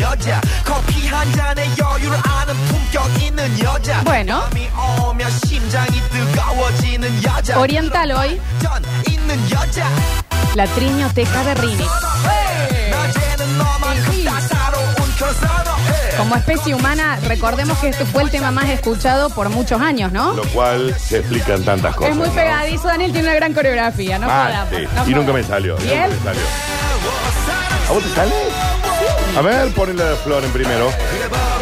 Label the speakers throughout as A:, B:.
A: 여자 커피 한 잔에 여유를 아는 품격 있는 여자
B: Bueno.
A: 밤이 오면 심장이 뜨거워지는 여자
B: Oriental hoy,
A: 전 있는 여자
B: la triñoteca de Rini.
A: 낮에는 너만큼 따사로운 그런 선호해
B: Como especie humana, recordemos que este fue el tema más escuchado por muchos años, ¿no?
C: Lo cual se explican tantas cosas.
B: Es muy
C: ¿no?
B: pegadizo, Daniel tiene una gran coreografía, no
C: Mal,
B: podamos.
C: sí.
B: no
C: y nunca
B: podamos.
C: me salió.
B: ¿Y
C: nunca
B: él?
C: me salió. ¿A vos te sale? A ver, ponle la flor en primero.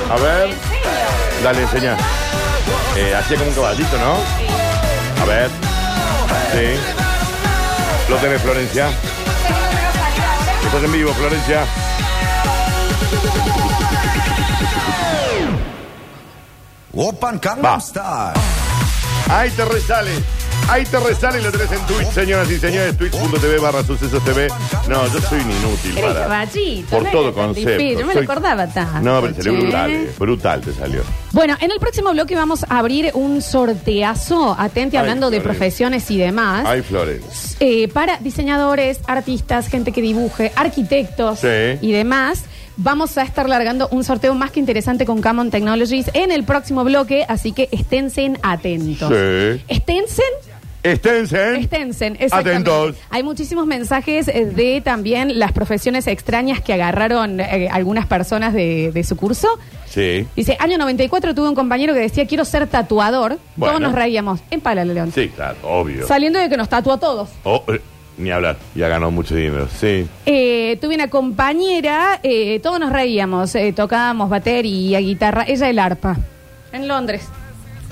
C: A ver. Dale, enseña. Eh, hacía como un caballito, ¿no? A ver. Sí. Lo tenés, Florencia. Estás en vivo, Florencia.
D: 오빤
C: Va.
D: 강남 스타일
C: Ahí te resale. Ahí te resale y lo tenés en Twitch, señoras y señores. Twitch.tv barra sucesos TV. No, yo soy un inútil.
B: Eres
C: para-
B: caballito,
C: Por
B: no
C: todo
B: eres tan
C: concepto.
B: difícil, yo me lo
C: Soy-
B: acordaba tanto,
C: No, pero te salió
B: Ah, che.
C: brutal. eh. Brutal te salió.
B: Bueno, en el próximo bloque vamos a abrir un sorteazo, atente,
C: Ay,
B: hablando de
C: Florencia.
B: profesiones y demás.
C: Ay, Flores.
B: eh, para diseñadores, artistas, gente que dibuje, arquitectos
C: Sí.
B: y demás. Vamos a estar largando un sorteo más que interesante con Camon Technologies en el próximo bloque, así que esténsen atentos.
C: Sí.
B: Esténsen,
C: Esténse.
B: esténsen, exactamente.
C: Atentos.
B: Hay muchísimos mensajes eh, de también las profesiones extrañas que agarraron eh, algunas personas de, de su curso.
C: Sí.
B: Dice, año 94 tuve un compañero que decía, quiero ser tatuador.
C: Bueno.
B: Todos nos reíamos. Empálale, León.
C: Sí, claro, obvio.
B: Saliendo de que nos tatuó a todos.
C: Oh, eh, ni hablar. Ya ganó mucho dinero. Sí.
B: Eh, tuve una compañera, eh, todos nos reíamos, eh, tocábamos batería, guitarra, ella el arpa. En Londres.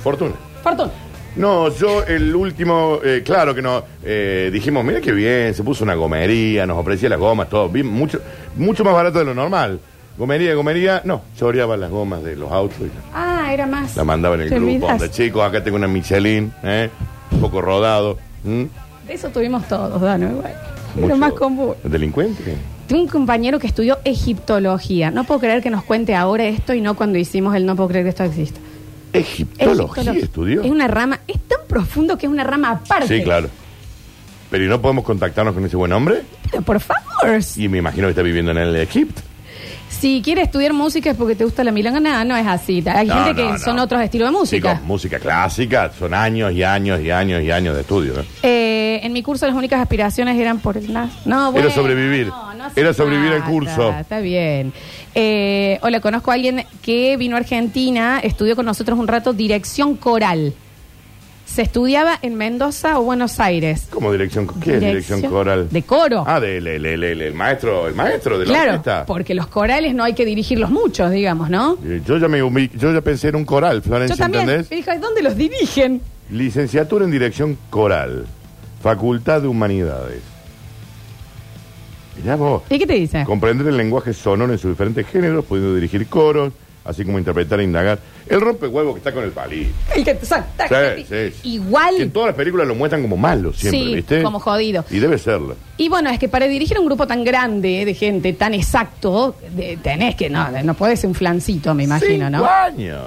C: Fortuna.
B: Fortuna.
C: No, yo el último, eh, claro que no. eh, dijimos, mira qué bien, se puso una gomería, nos ofrecía las gomas, todo. Bien, mucho, mucho más barato de lo normal. Gomería, gomería. No, yo oreaba las gomas de los autos y la,
B: Ah, era más.
C: la mandaba en el
B: Te
C: grupo.
B: olvidas.
C: Onda, chicos, acá tengo una Michelin, ¿eh? un poco rodado. ¿m?
B: De eso tuvimos todos, Dano, igual. Lo
C: Mucho-
B: más común.
C: Delincuente.
B: Tengo un compañero que estudió egiptología. No puedo creer que nos cuente ahora esto y no cuando hicimos el no puedo creer que esto exista.
C: Egiptología estudió.
B: Es una rama, es tan profundo que es una rama aparte.
C: Sí, claro. Pero ¿y no podemos contactarnos con ese buen hombre?
B: Pero, por favor.
C: Y me imagino que está viviendo en el Egipto.
B: Si quieres estudiar música es porque te gusta la milangana, no es así. Hay
C: No,
B: gente
C: no,
B: que
C: no.
B: son otros estilos de música.
C: Chicos, música clásica, son años y años y años y años de estudio, ¿no?
B: Eh, en mi curso las únicas aspiraciones eran por el NAS. No, bueno,
C: sobrevivir.
B: hace
C: Era sobrevivir al
B: falta,
C: curso.
B: Está bien. Eh, hola, conozco a alguien que vino a Argentina, estudió con nosotros un rato dirección coral. Se estudiaba en Mendoza o Buenos Aires.
C: ¿Cómo dirección? ¿Qué es
B: Dirección-
C: dirección coral?
B: de coro.
C: Ah, del el, el- el- el maestro, el maestro de la
B: claro,
C: orquesta.
B: porque los corales no hay que dirigirlos muchos, digamos, ¿no?
C: Eh, Yo ya, me humi- yo ya pensé en un coral, Florencia,
B: Yo también.
C: ¿entendés?
B: Me dijo, "¿Y ¿dónde los dirigen?
C: Licenciatura en dirección coral, Facultad de Humanidades. Mirá vos.
B: ¿Y qué te dice?
C: Comprender el lenguaje sonoro en sus diferentes géneros, pudiendo dirigir coros, así como interpretar e indagar. El rompehuevo que está con el palito.
B: El que- sac, tac, tac,
C: Sí,
B: tac.
C: sí, sí.
B: Igual.
C: Que en todas las películas lo muestran como malo siempre,
B: Sí,
C: ¿viste?
B: como jodido.
C: Y debe serlo.
B: Y bueno, es que para dirigir un grupo tan grande eh, de gente, tan exacto, de- tenés que, no, no podés ser un flancito, me imagino, ¿no?
C: Cinco años.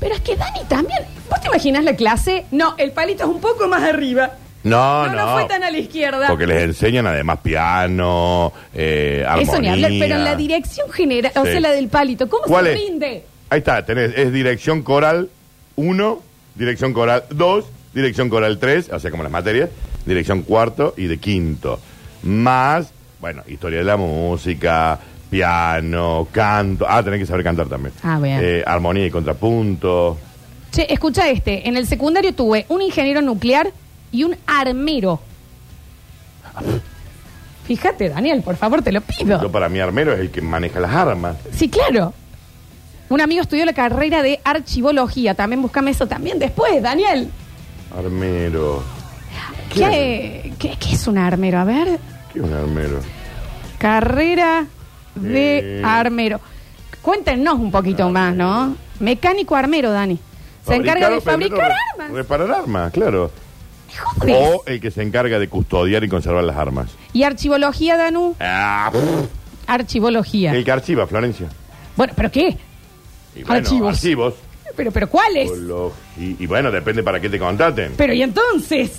B: Pero es que Dani también, ¿vos te imaginas la clase? No, el palito es un poco más arriba.
C: No,
B: no,
C: no.
B: fue tan a la izquierda.
C: Porque les enseñan además piano, eh, armonía.
B: Eso ni hablar, pero en la dirección general, o
C: Sí.
B: sea, la del palito, ¿cómo
C: ¿Cuál
B: se
C: es?
B: rinde?
C: Ahí está, tenés, es dirección coral 1, dirección coral 2, dirección coral 3, o sea, como las materias, dirección cuarto y de quinto. Más, bueno, historia de la música, piano, canto. Ah, tenés que saber cantar también.
B: Ah, bien.
C: Eh, armonía y contrapunto.
B: Che, escucha este, en el secundario tuve un ingeniero nuclear y un armero. Fíjate, Daniel, por favor, te lo pido.
C: Yo para mí armero es el que maneja las armas.
B: Sí, claro. Un amigo estudió la carrera de archivología. También búscame eso también después, Daniel.
C: Armero.
B: ¿Qué, qué, qué es un armero? A ver.
C: ¿Qué es un armero?
B: Carrera de
C: Eh.
B: armero. Cuéntenos un poquito más, ¿no? Mecánico armero, Dani. Se encarga de
C: Fabricar o
B: fabricar
C: vender o re-
B: armas.
C: Reparar armas, claro.
B: Joder.
C: O el que se encarga de custodiar y conservar las armas.
B: Y archivología, Danu.
C: Ah, pff.
B: Archivología.
C: El que archiva, Florencia.
B: Bueno, ¿pero qué?
C: Y bueno,
B: Archivos.
C: archivos.
B: ¿Pero, pero cuál es?
C: Olo- Y, y bueno, depende para qué te contraten.
B: Pero ¿y entonces?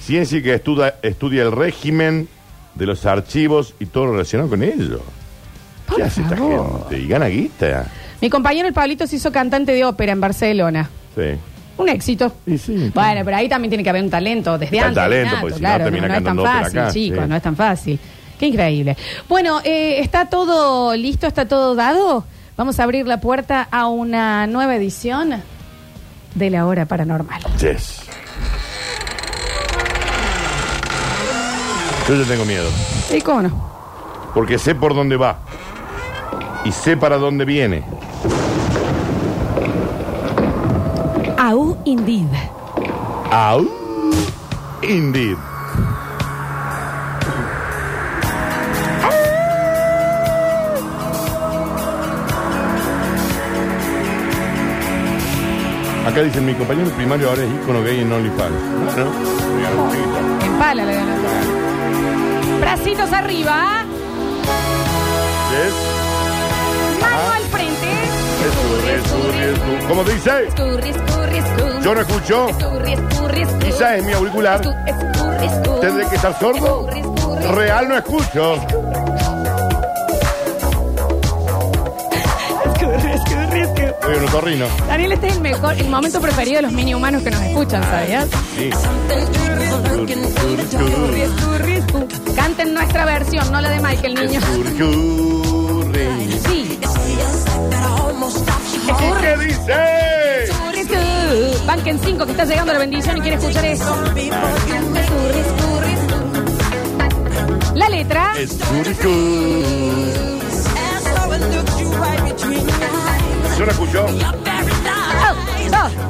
C: Ciencia que estuda- estudia el régimen de los archivos y todo relacionado con ello.
B: Por
C: ¿Qué hace esta
B: favor.
C: gente? Y gana guita.
B: Mi compañero el Pablito se hizo cantante de ópera en Barcelona.
C: Sí.
B: Un éxito.
C: Y sí,
B: Bueno, pero ahí también tiene que haber un talento desde
C: Está el
B: antes.
C: talento,
B: innato,
C: porque si no
B: claro, no
C: termina
B: es tan
C: cantando ópera
B: fácil,
C: acá,
B: chicos,
C: sí.
B: no es tan fácil. Qué increíble. Bueno, eh, ¿está todo listo? ¿Está todo dado? Vamos a abrir la puerta a una nueva edición de La Hora Paranormal.
C: Yes. Yo ya tengo miedo.
B: ¿Y cómo no?
C: Porque sé por dónde va. Y sé para dónde viene.
B: Au, indeed.
C: Au. Indeed. Acá dicen, mi compañero primario ahora es ícono gay en OnlyFans. Bueno, digamos, un chiquito.
B: Empala la ganó todo. Bracitos arriba,
C: Yes.
B: mano al frente.
C: Escurri, escurri, escurri. ¿Cómo dice?
B: Escurri, escurri, escurri.
C: Yo no escucho.
B: Escurri, escurri, escurri.
C: Quizá es mi auricular.
B: Escu- escurri, escurri.
C: ¿Tendré que estar sordo?
B: Escurri, escurri,
C: Real no escucho.
B: escurri, escurri, escurri.
C: Soy un otorrino.
B: Daniel, este es el mejor, el momento preferido de los mini humanos que nos escuchan, ¿sabías?
C: Sí.
B: Escurri, escurri, escurri. Canten nuestra versión, no la de Michael, niño.
C: Escurri, escurri.
B: Sí.
C: ¿Qué dice?
B: Escurri, escurri. Banquen 5 que está llegando la bendición y quiere escuchar esto. Escurri, escurri, escurri. La letra.
C: Escurri, escurri. Yo no escucho.
B: Un, dos,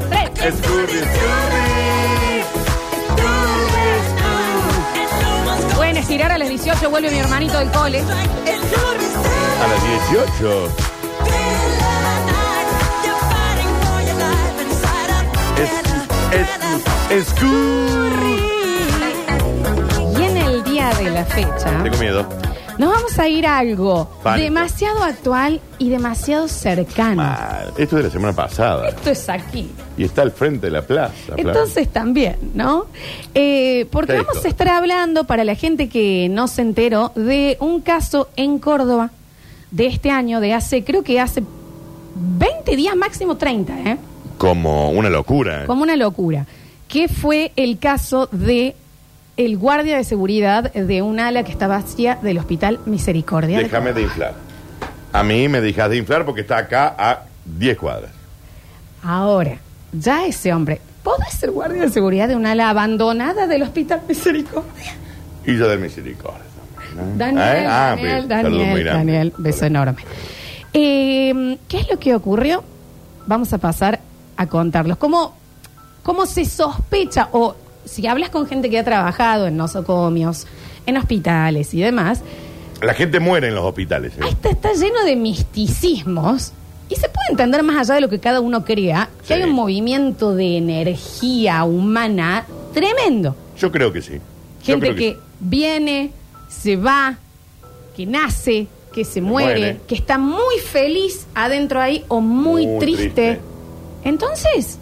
B: tres.
C: Escurri, escurri.
B: Pueden estirar a las 18, vuelve mi hermanito del cole.
C: A las 18. Es, es, escurri.
B: Y en el día de la fecha,
C: Tengo miedo.
B: nos vamos a ir a algo
C: Pánico.
B: demasiado actual y demasiado cercano.
C: Mal. Esto es de la semana pasada.
B: Esto es aquí.
C: Y está al frente de la plaza.
B: Entonces también, ¿no? Eh, porque
C: ¿Qué
B: vamos
C: hizo?
B: a estar hablando, para la gente que no se enteró, de un caso en Córdoba de este año, de hace, creo que hace 20 días, máximo 30, ¿eh?
C: Como una locura.
B: como una locura, que fue el caso de el guardia de seguridad de un ala que está vacía del Hospital Misericordia.
C: Déjame de inflar. A mí me dejas de inflar porque está acá a 10 cuadras.
B: Ahora, ya ese hombre, ¿podés ser guardia de seguridad de un ala abandonada del Hospital Misericordia?
C: Y yo del misericordia.
B: Daniel,
C: ¿Eh? Ah,
B: Daniel,
C: bien. Saludos muy
B: Daniel,
C: grandes.
B: Daniel, beso enorme. Eh, ¿Qué es lo que ocurrió? Vamos a pasar a contarlos. ¿Cómo, cómo se sospecha? O si hablas con gente que ha trabajado en nosocomios, en hospitales y demás,
C: La gente muere en los hospitales. ¿eh?
B: Ah, Está, está lleno de misticismos y se puede entender más allá de lo que cada uno crea, que
C: Sí.
B: hay un movimiento de energía humana tremendo.
C: Yo creo que sí. Yo
B: Gente
C: creo
B: que, viene, se va, que nace, que se muere,
C: muere.
B: que está muy feliz adentro ahí o muy,
C: Muy
B: triste.
C: triste.
B: Entonces,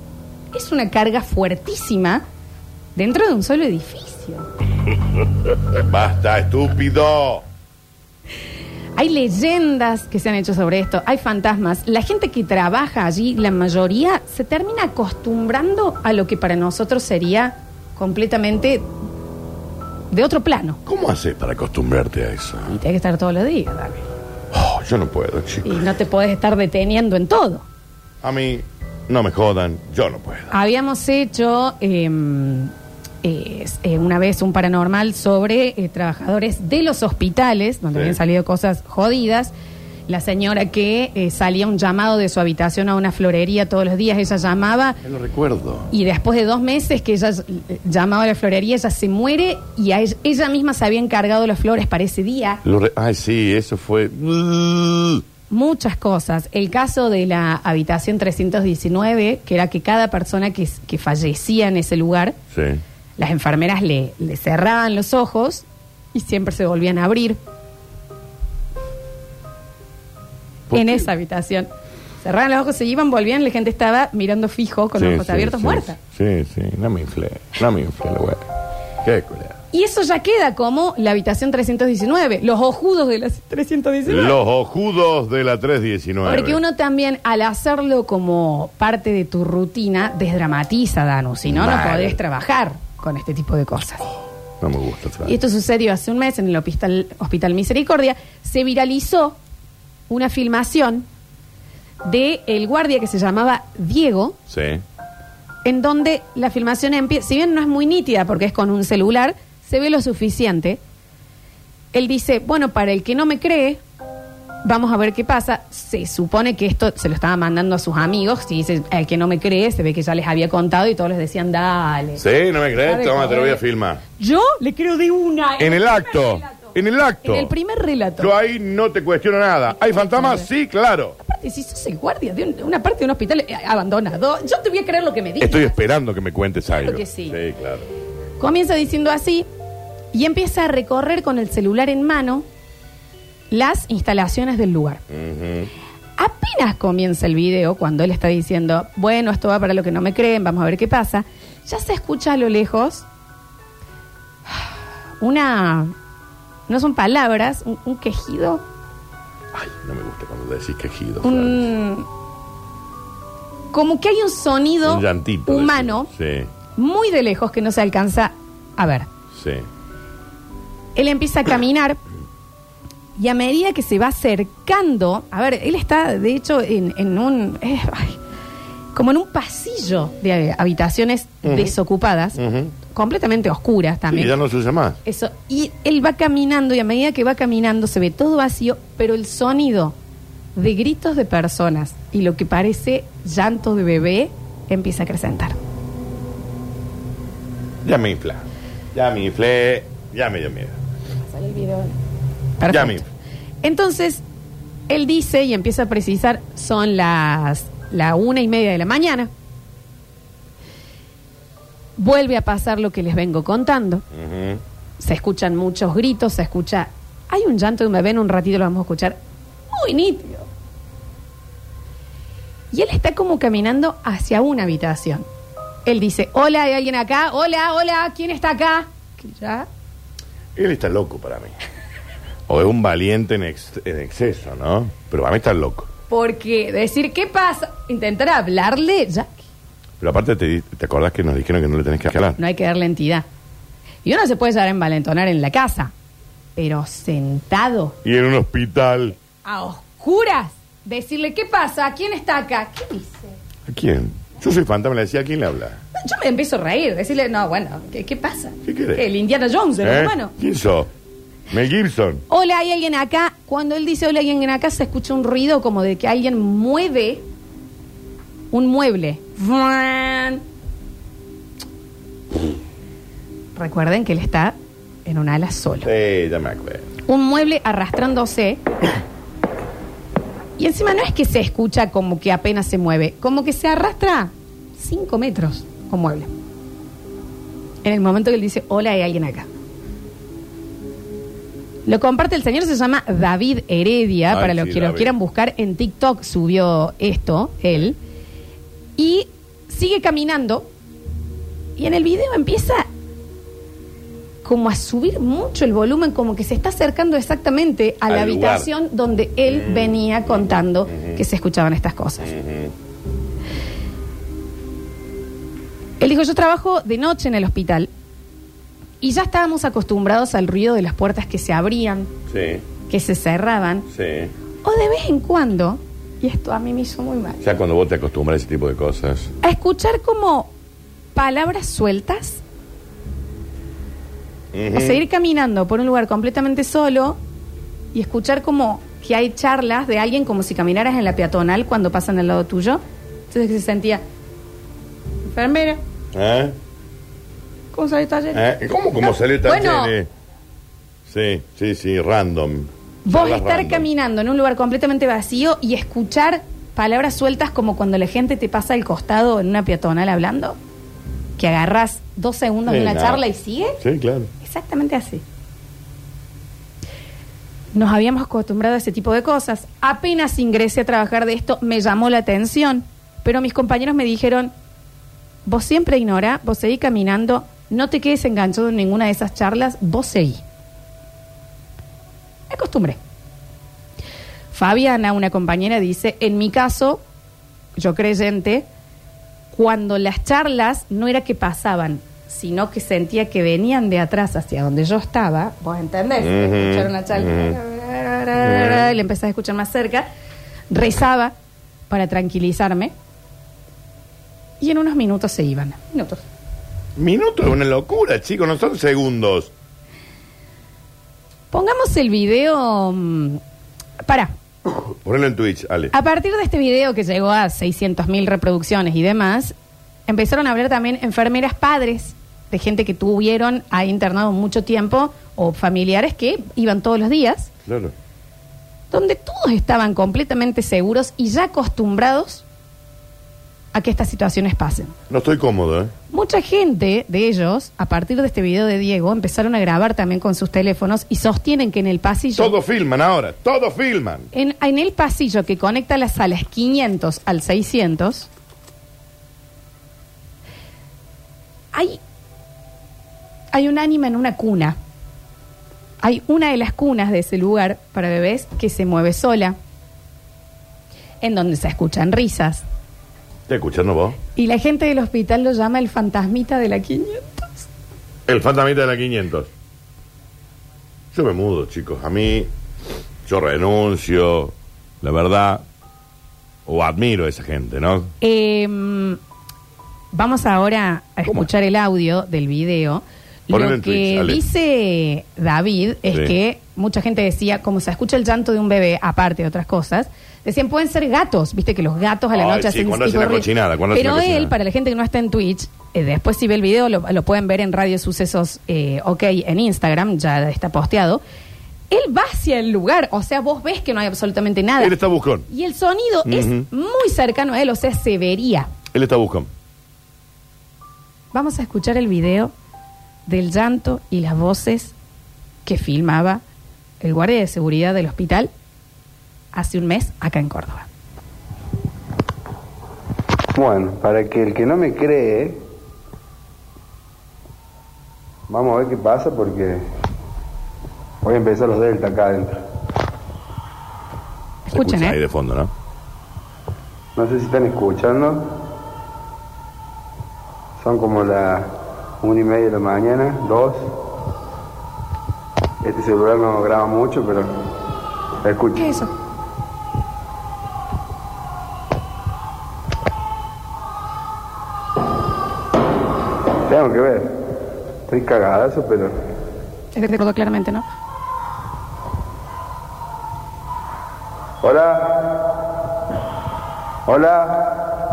B: es una carga fuertísima dentro de un solo edificio.
C: sí. Basta, estúpido.
B: Hay leyendas que se han hecho sobre esto, hay fantasmas. La gente que trabaja allí, la mayoría, se termina acostumbrando a lo que para nosotros sería completamente de otro plano.
C: ¿Cómo haces para acostumbrarte a eso?
B: Y tienes que estar todos los días, Daniel.
C: Oh, yo no puedo,
B: Y
C: chicos.
B: no te podés estar deteniendo en todo.
C: A mí, no me jodan, yo no puedo.
B: Habíamos hecho eh, es- eh, una vez un paranormal sobre eh, trabajadores de los hospitales, donde
C: Sí.
B: habían salido cosas jodidas. La señora que eh, salía un llamado de su habitación a una florería todos los días, ella llamaba
C: Yo lo recuerdo.
B: y después de dos meses que ella eh, llamaba a la florería, ella se muere y a ella, ella misma se había encargado las flores para ese día.
C: Lo re- Ay, sí, eso fue.
B: Muchas cosas. El caso de la habitación 319, que era que cada persona que, que fallecía en ese lugar
C: Sí.
B: Las enfermeras le, le cerraban los ojos y siempre se volvían a abrir
C: ¿Por
B: en
C: qué?
B: esa habitación. Cerraban los ojos, se iban, volvían, la gente estaba mirando fijo con
C: Sí,
B: los ojos
C: sí,
B: abiertos,
C: sí,
B: muerta.
C: Sí, sí, no me inflé, no me inflé la weá. Qué culera.
B: Y eso ya queda como la habitación 319, los ojudos de las 319.
C: Los ojudos de la 319.
B: Porque uno también, al hacerlo como parte de tu rutina, desdramatiza, Danu. Si no, no
C: Mal.
B: podés trabajar con este tipo de cosas.
C: No me gusta. Fran.
B: Y esto sucedió hace un mes en el hospital, hospital Misericordia. Se viralizó una filmación de el guardia que se llamaba Diego,
C: Sí.
B: en donde la filmación empieza, si bien no es muy nítida porque es con un celular, se ve lo suficiente. Él dice, bueno, para el que no me cree, vamos a ver qué pasa. Se supone que esto se lo estaba mandando a sus amigos, si dice, el que no me cree, se ve que ya les había contado y todos les decían, dale.
C: Sí, no me crees. Toma, te lo voy a filmar.
B: Yo le creo de una.
C: En el
B: primer
C: acto.
B: relato.
C: En el acto.
B: En el primer relato.
C: Yo ahí no te cuestiono nada. ¿Hay fantasmas? Sí, claro.
B: Aparte, si sos el guardia de un- una parte de un hospital eh, abandonado, yo te voy a creer lo que me digas.
C: Estoy esperando que me cuentes
B: Claro
C: algo.
B: que sí.
C: Sí, claro.
B: Comienza diciendo así y empieza a recorrer con el celular en mano las instalaciones del lugar.
C: Ujú.
B: Apenas comienza el video cuando él está diciendo, bueno, esto va para lo que no me creen, vamos a ver qué pasa, ya se escucha a lo lejos una... No son palabras, un, un quejido,
C: Ay, no me gusta cuando decís quejido. Fran.
B: un... Como que hay un sonido
C: Un llantito.
B: humano
C: decís.
B: muy de lejos que no se alcanza a ver.
C: Sí, sí.
B: Él empieza a caminar y a medida que se va acercando, a ver, él está de hecho en, en un. eh, ay, como en un pasillo de habitaciones
C: Ujú.
B: desocupadas,
C: Ujú.
B: completamente oscuras
C: Y
B: también.
C: ya no se usa más.
B: Eso. Y él va caminando y a medida que va caminando se ve todo vacío, pero el sonido de gritos de personas y lo que parece llanto de bebé empieza a acrecentar.
C: Ya me infla. Ya me inflé. Ya me dio miedo.
B: Perfecto.
C: Ya mismo.
B: Entonces, él dice y empieza a precisar, son las la una y media de la mañana. Vuelve a pasar lo que les vengo contando.
C: Ujú.
B: Se escuchan muchos gritos, se escucha... Hay un llanto de un bebé, en un ratito lo vamos a escuchar. Muy nítido. Y él está como caminando hacia una habitación. Él dice, hola, ¿hay alguien acá? Hola, hola, ¿quién está acá? Que ya
C: Él está loco para mí. O es un valiente en, ex- en exceso, ¿no? Pero para mí está loco.
B: Porque decir, ¿qué pasa? Intentar hablarle, ya
C: Pero aparte, te, di- ¿te acordás que nos dijeron que no le tenés que hablar?
B: no hay que darle entidad. Y uno se puede llegar a envalentonar en la casa, pero sentado,
C: Y en un hospital.
B: a oscuras, decirle, ¿qué pasa? ¿Quién está acá? ¿Qué dice?
C: ¿A quién? Yo soy fantasma, le decía, ¿a quién le habla?
B: Yo me empiezo a reír, decirle, no, bueno, ¿qué, qué pasa?
C: ¿Qué querés?
B: El Indiana Jones, el
C: ¿Eh?
B: hermano.
C: ¿Quién sos? Mel Gibson.
B: Hola, ¿hay alguien acá? Cuando él dice hola, ¿hay alguien acá? Se escucha un ruido como de que alguien mueve un mueble. ¡Fuan! Recuerden que él está en un ala solo.
C: Sí, ya me acuerdo.
B: Un mueble arrastrándose. Y encima no es que se escucha como que apenas se mueve, como que se arrastra 5 metros un mueble. En el momento que él dice, hola, hay alguien acá. Lo comparte el señor, se llama David Heredia,
C: Ay,
B: para los
C: sí,
B: que lo
C: David.
B: quieran buscar en TikTok subió esto, él. Y sigue caminando y en el video empieza como a subir mucho el volumen, como que se está acercando exactamente a la
C: Al lugar. Mm.
B: habitación donde él venía contando que se escuchaban estas cosas. Él dijo, yo trabajo de noche en el hospital y ya estábamos acostumbrados al ruido de las puertas que se abrían,
C: Sí,
B: que se cerraban,
C: sí.
B: o de vez en cuando, y esto a mí me hizo muy mal,
C: Ya cuando vos te acostumbras a ese tipo de cosas.
B: a escuchar como palabras sueltas
C: Ujú.
B: O
C: Eh,
B: seguir caminando por un lugar completamente solo y escuchar como que hay charlas de alguien como si caminaras en la peatonal cuando pasan al lado tuyo. Entonces que se sentía, enfermera,
C: ¿Eh?
B: ¿cómo sale el taller? Ah,
C: ¿Eh? ¿Cómo, cómo salió Eh, tan
B: Bueno.
C: tele? Sí, sí, sí, random.
B: Vos
C: Charlas
B: estar
C: random.
B: caminando en un lugar completamente vacío y escuchar palabras sueltas como cuando la gente te pasa al costado en una peatonal hablando, que agarras dos segundos de
C: Sí,
B: una
C: no.
B: charla y sigue.
C: Sí, claro.
B: Exactamente así. Nos habíamos acostumbrado a ese tipo de cosas. Apenas ingresé a trabajar de esto, me llamó la atención. Pero mis compañeros me dijeron, vos siempre ignora, vos seguís caminando, No te quedes enganchado en ninguna de esas charlas, vos seguí. Me acostumbré. Fabiana, una compañera, dice, en mi caso, yo creyente, cuando las charlas no era que pasaban, sino que sentía que venían de atrás hacia donde yo estaba, vos entendés,
C: Ujú,
B: escuchar una charla, y le empezás a escuchar más cerca, rezaba para tranquilizarme y en unos minutos se iban. Minutos.
C: Minuto es una locura, chicos, no son segundos.
B: Pongamos el video... mm, Pará,
C: Ponelo en Twitch, Ale.
B: A partir de este video que llegó a 600.000 reproducciones y demás, empezaron a hablar también enfermeras padres de gente que tuvieron a internado mucho tiempo o familiares que iban todos los días,
C: Claro.
B: donde todos estaban completamente seguros y ya acostumbrados a que estas situaciones pasen.
C: No estoy cómodo, ¿eh?
B: Mucha gente de ellos, a partir de este video de Diego, empezaron a grabar también con sus teléfonos y sostienen que en el pasillo...
C: Todos filman ahora, todos filman.
B: En, en el pasillo que conecta las salas 500 al 600, hay, hay un ánima en una cuna. Hay una de las cunas de ese lugar para bebés que se mueve sola, en donde se escuchan risas.
C: ¿Estás escuchando vos?
B: Y la gente del hospital lo llama el fantasmita de la 500.
C: El fantasmita de la 500. Yo me mudo, chicos. A mí, yo renuncio, la verdad. O admiro a esa gente, ¿no?
B: Eh, vamos ahora a
C: ¿Cómo?
B: escuchar el audio del video.
C: Ponelo
B: Lo
C: en
B: que
C: Twitch, Ale.
B: dice David es
C: Sí.
B: que mucha gente decía, como se escucha el llanto de un bebé, aparte de otras cosas, decían pueden ser gatos, viste que los gatos a la
C: Ay,
B: noche
C: sí, cuando hacen
B: tipo
C: la
B: ruido.
C: cochinada, cuando hacen
B: Pero
C: la cochinada.
B: él, para la gente que no está en Twitch, eh, después si ve el video lo, lo pueden ver en Radio Sucesos, eh, ok, en Instagram, ya está posteado. Él va hacia el lugar, o sea, vos ves que no hay absolutamente nada.
C: Él está buscón.
B: Y el sonido es
C: Ujú.
B: muy cercano a él, o sea, se vería.
C: Él está buscón.
B: Vamos a escuchar el video del llanto y las voces que filmaba el guardia de seguridad del hospital hace un mes acá en Córdoba.
E: Bueno, para que el que no me cree, vamos a ver qué pasa porque voy a empezar los delta acá adentro.
C: Se escucha
B: Escuchen,
C: ahí
B: ¿eh?
C: de fondo, ¿no?
E: No sé si están escuchando. Son como las una y media de la mañana, dos. Este celular no graba mucho, pero la escucho.
B: ¿Qué es eso?
E: Tengo que ver. Estoy cagadazo, pero
B: Es de Córdoba claramente, ¿no?
E: Hola. Hola.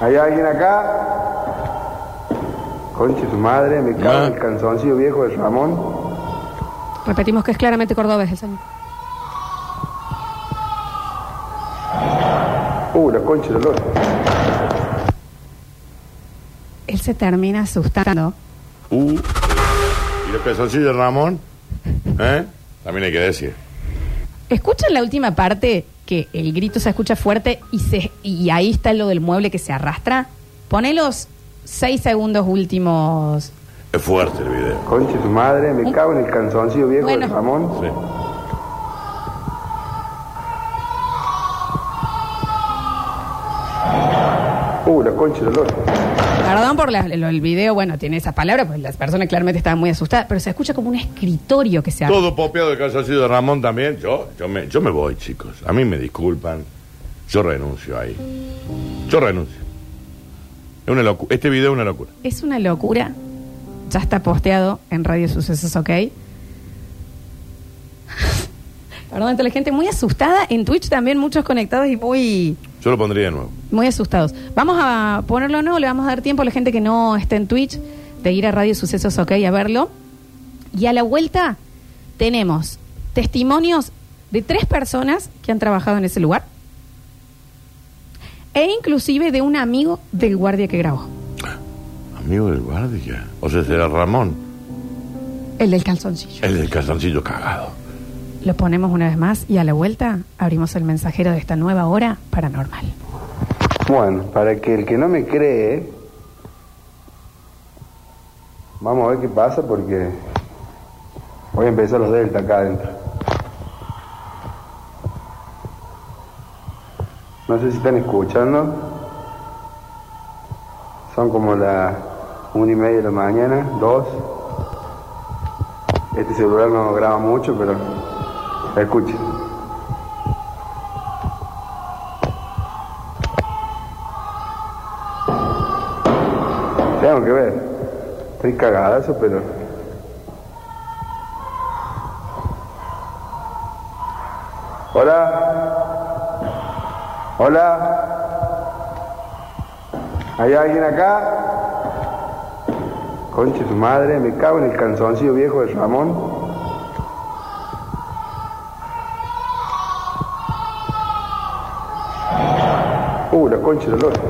E: ¿Hay alguien acá? Conche su madre, me cago en el
C: Ma.
E: canzoncillo viejo de Ramón.
B: Repetimos que es claramente cordobés el señor.
E: Uh, la concha del olor.
B: Él se termina asustando.
C: Uh. ¿Y los calzoncillos de Ramón? ¿Eh? También hay que decir.
B: Escuchen la última parte que el grito se escucha fuerte y, se, y ahí está lo del mueble que se arrastra. Poné los seis segundos últimos.
C: Es fuerte el video.
E: Conche su madre, me cago en el canzoncillo viejo de
B: Bueno.
E: Ramón.
C: Sí.
E: Uh, la concha del olor.
B: Perdón por la- lo- el video, bueno, tiene esa palabra, pues las personas claramente estaban muy asustadas, pero se escucha como un escritorio que se abre.
C: Todo popeado de calzoncillo de Ramón también. Yo, yo, me, yo me voy, chicos. A mí me disculpan. Yo renuncio ahí. Yo renuncio. Es una locu- este video es una locura.
B: Es una locura. Ya está posteado en Radio Sucesos, ¿ok? Perdón, está la gente muy asustada. En Twitch también muchos conectados y muy,
C: Yo lo pondría de nuevo.
B: muy asustados. Vamos a ponerlo, ¿no? Le vamos a dar tiempo a la gente que no está en Twitch de ir a Radio Sucesos, ¿ok? A verlo. Y a la vuelta tenemos testimonios de tres personas que han trabajado en ese lugar. E inclusive de un amigo del guardia que grabó.
C: Amigo del guardia. O sea, será Ramón.
B: El del calzoncillo.
C: El del calzoncillo cagado.
B: Lo ponemos una vez más y a la vuelta abrimos el mensajero de esta nueva hora paranormal.
E: Bueno, para que el que no me cree, Vamos a ver qué pasa porque hoy empezar los delta acá adentro. No sé si están escuchando. Son como las una y media de la mañana, dos. Este celular no graba mucho, pero escuchen. Tengo que ver. Estoy cagadazo, pero. Hola. Hola. ¿Hay alguien acá? Conche su madre, me cago en el canzoncillo viejo de Ramón. Uh, la concha del olor.